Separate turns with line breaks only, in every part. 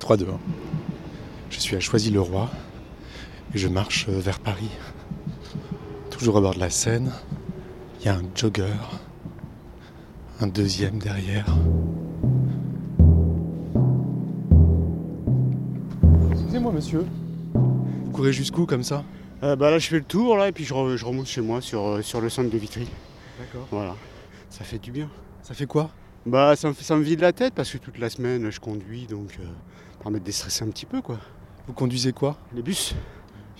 3-2. hein. Je suis à Choisy-le-Roi et je marche euh, vers Paris. Toujours au bord de la Seine, il y a un jogger, un deuxième derrière. Excusez-moi, monsieur. Vous courez jusqu'où comme ça
Euh, bah là je fais le tour là et puis je, re- je remonte chez moi sur, euh, sur le centre de Vitry.
D'accord.
Voilà. Ça fait du bien.
Ça fait quoi
Bah ça me, fait- ça me vide la tête parce que toute la semaine je conduis donc euh, ça permet de déstresser un petit peu quoi.
Vous conduisez quoi
Les bus.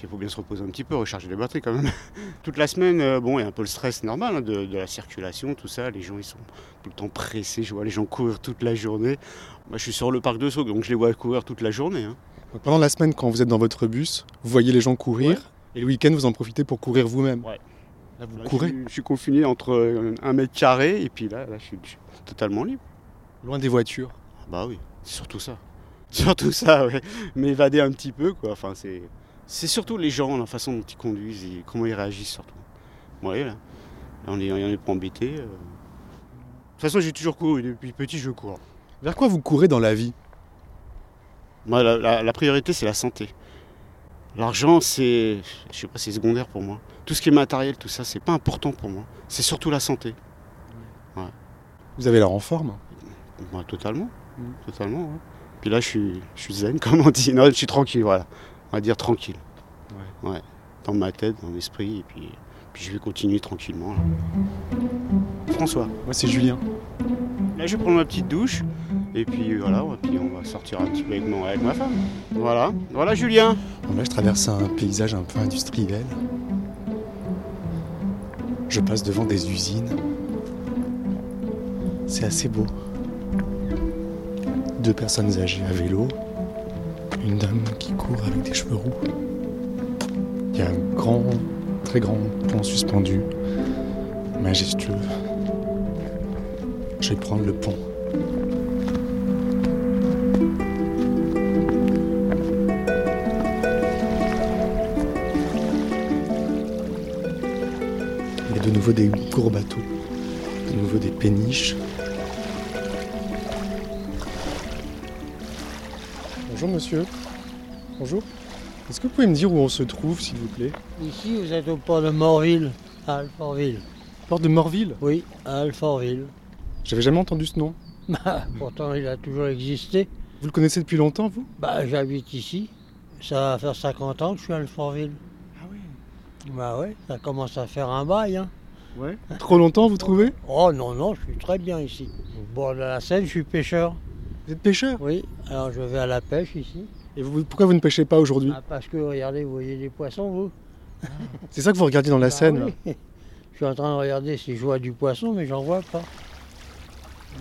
Il faut bien se reposer un petit peu, recharger les batteries quand même. Toute la semaine, euh, bon, il y a un peu le stress normal hein, de, de la circulation, tout ça. Les gens, ils sont tout le temps pressés. Je vois les gens courir toute la journée. Moi, je suis sur le parc de Sceaux, donc je les vois courir toute la journée. hein.
Donc, Pendant la semaine, quand vous êtes dans votre bus, vous voyez les gens courir
Ouais.
et le week-end, vous en profitez pour courir vous-même.
Ouais.
Là, vous
Là, je
courez
suis- Je, suis confiné entre euh, un mètre carré et puis là, là, je suis- je suis totalement libre.
loin des voitures.
Bah oui, c'est surtout ça. Surtout ça, ouais. M'évader un petit peu, quoi. Enfin, c'est. C'est surtout les gens, la façon dont ils conduisent et comment ils réagissent, surtout. Vous voyez, là. Là, on est, on est pas embêté. euh. De toute façon, j'ai toujours couru. Depuis petit, je cours.
Vers quoi vous courez dans la vie
Moi, la, la- la priorité, c'est la santé. L'argent, c'est. Je sais pas, c'est secondaire pour moi. Tout ce qui est matériel, tout ça, c'est pas important pour moi. C'est surtout la santé.
Vous avez l'air en forme.
Moi, Bah, totalement.
Mm.
Totalement, ouais. Puis là, je suis, je suis zen, comme on dit. Non, je suis tranquille, voilà. On va dire tranquille. Ouais. Dans ma tête, dans l'esprit, et puis, puis je vais continuer tranquillement. là. François,
Moi, c'est Julien.
là, je vais prendre ma petite douche, et puis voilà, ouais, puis on va sortir un petit peu avec, mon, avec ma femme. Voilà, voilà Julien.
Bon, là, je traverse un paysage un peu industriel. Je passe devant des usines. C'est assez beau. Deux personnes âgées à vélo. Une dame qui court avec des cheveux roux. Il y a un grand, très grand pont suspendu, majestueux. Je vais prendre le pont. Il y a de nouveau des gros bateaux, de nouveau des péniches. Bonjour monsieur. Bonjour. Est-ce que vous pouvez me dire où on se trouve, s'il vous plaît
Ici, vous êtes au port de Morville, à Alfortville.
Port de Morville
Oui, à Alfortville.
J'avais jamais entendu ce nom.
Bah, pourtant, il a toujours existé.
Vous le connaissez depuis longtemps, vous
Bah, j'habite ici. Ça va faire 50 ans que je suis à Alfortville.
Ah oui.
Bah ouais, ça commence à faire un bail. Hein.
Ouais. Trop longtemps, vous trouvez
Oh non, non, je suis très bien ici. Au bord de la Seine, je suis pêcheur.
Vous êtes pêcheur
Oui, alors je vais à la pêche ici.
Et vous- pourquoi vous ne pêchez pas aujourd'hui
Ah, parce que, regardez, vous voyez les poissons, vous
C'est ça que vous regardiez dans la
Ah
Seine là
oui. Je suis en train de regarder si je vois du poisson, mais j'en vois pas.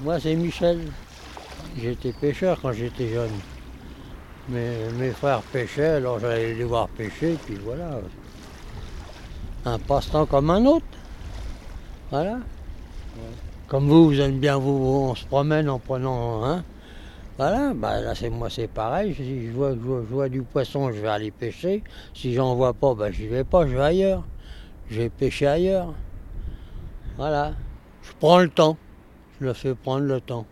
Moi, c'est Michel. J'étais pêcheur quand j'étais jeune. Mais mes frères pêchaient, alors j'allais les voir pêcher, puis voilà. Un passe-temps comme un autre. Voilà. Comme vous, vous aimez bien, vous, vous- on se promène en prenant. Hein voilà, bah là c'est moi c'est pareil, si je vois, je, vois, je vois du poisson, je vais aller pêcher. Si j'en vois pas, bah j'y vais pas, je vais ailleurs. J'ai pêché ailleurs. Voilà. Je prends le temps. Je le fais prendre le temps.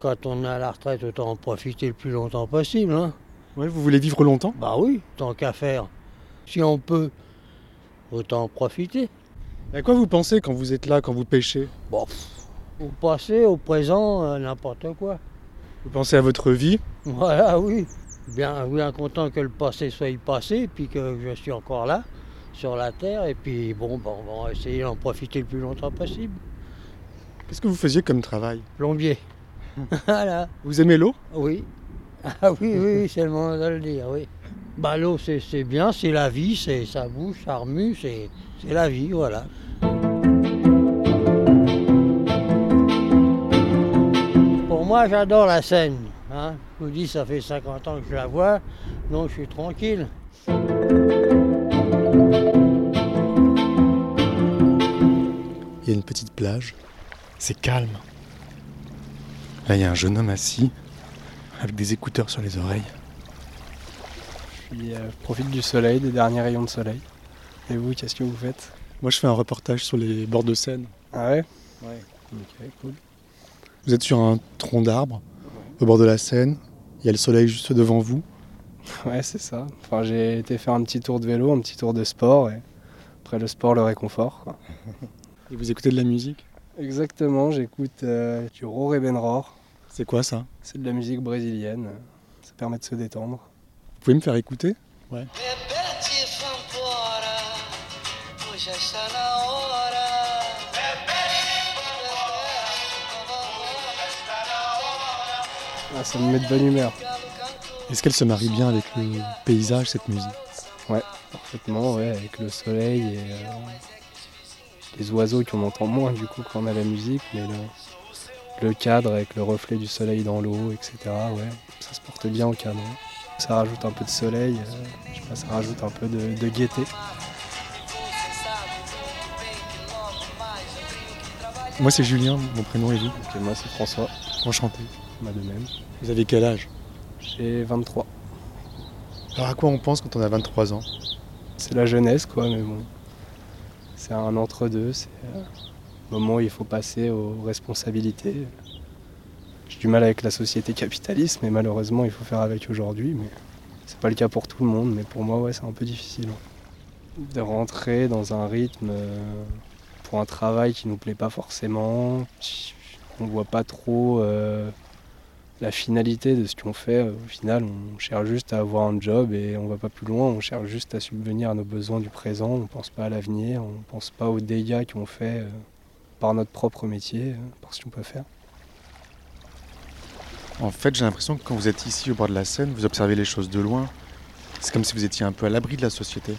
Quand on est à la retraite, autant en profiter le plus longtemps possible. Hein.
Ouais, vous voulez vivre longtemps
Bah oui, tant qu'à faire. Si on peut, autant en profiter.
À quoi vous pensez quand vous êtes là, quand vous pêchez
Bon, pff, au passé, au présent, euh, n'importe quoi.
Vous pensez à votre vie
Voilà, oui. Bien, bien content que le passé soit passé, puis que je suis encore là, sur la terre, et puis bon, bah, on va essayer d'en profiter le plus longtemps possible.
Qu'est-ce que vous faisiez comme travail
Plombier. voilà.
Vous aimez l'eau
Oui. Ah oui, oui, oui, c'est le moment de le dire, oui. Bah, l'eau, c'est c'est bien, c'est la vie, c'est ça bouge, ça remue, c'est c'est la vie, voilà. Pour moi, j'adore la Seine. hein. Je vous dis, ça fait 50 ans que je la vois, donc je suis tranquille.
Il y a une petite plage. C'est calme. Là, il y a un jeune homme assis avec des écouteurs sur les oreilles.
Puis euh, je profite du soleil, des derniers rayons de soleil. Et vous, qu'est-ce que vous faites
Moi, je fais un reportage sur les bords de Seine.
Ah ouais Ouais. Ok, cool.
Vous êtes sur un tronc d'arbre au bord de la Seine. Il y a le soleil juste devant vous.
Ouais, c'est ça. Enfin, j'ai été faire un petit tour de vélo, un petit tour de sport, et après le sport, le réconfort. quoi.
Et vous écoutez de la musique.
Exactement, j'écoute euh, du Ror et Benror.
C'est quoi ça
C'est de la musique brésilienne. Ça permet de se détendre.
Vous pouvez me faire écouter
Repete vambora, pois já está na hora.
Ah, ça me met de bonne humeur.
Est-ce qu'elle se marie bien avec le paysage, cette musique
Parfaitement, ouais, avec le soleil et euh, les oiseaux qu'on entend moins du coup quand on a la musique, mais le, le cadre avec le reflet du soleil dans l'eau, etc. Ouais, ça se porte bien au cadre. ouais. Ça rajoute un peu de soleil, euh, je sais pas, ça rajoute un peu de, de gaieté.
Você sabe muito bem que logo mais eu tenho que trabalhar.
Moi, c'est Julien, mon prénom est vous.
Donc, et moi c'est François,
Enchanté.
moi de même.
Vous avez quel âge
J'ai 23.
Alors, à quoi on pense quand on a 23 ans
C'est la jeunesse quoi, mais bon. C'est un entre-deux, c'est euh, le moment où il faut passer aux responsabilités. J'ai du mal avec la société capitaliste, mais malheureusement il faut faire avec aujourd'hui. Mais c'est pas le cas pour tout le monde, mais pour moi ouais c'est un peu difficile. ouais. De rentrer dans un rythme euh, pour un travail qui nous plaît pas forcément. On voit pas trop euh, la finalité de ce qu'on fait. euh, Au final, on cherche juste à avoir un job et on va pas plus loin. On cherche juste à subvenir à nos besoins du présent. On pense pas à l'avenir. On pense pas aux dégâts qu'on fait euh, par notre propre métier, euh, par ce qu'on peut faire.
En fait, j'ai l'impression que quand vous êtes ici au bord de la Seine, vous observez les choses de loin. C'est comme si vous étiez un peu à l'abri de la société.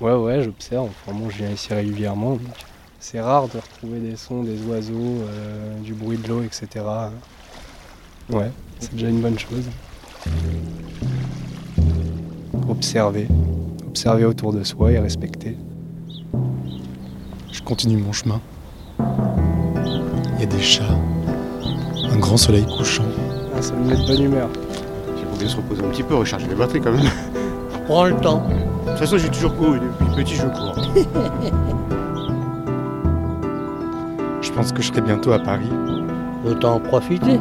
Ouais, ouais, j'observe. Enfin, bon, je viens ici régulièrement. donc C'est rare de retrouver des sons, des oiseaux, euh, du bruit de l'eau, etc. Ouais, c'est déjà une bonne chose. Observer. Observer autour de soi et respecter.
Je continue mon chemin. Il y a des chats, un grand soleil couchant.
Ah, ça me met de bonne humeur.
C'est pour bien se reposer un petit peu, recharger les batteries quand même. De
Prends le temps.
toute façon, j'ai toujours couru, depuis petit, je cours.
Je pense que je serai bientôt à Paris.
Autant en profiter.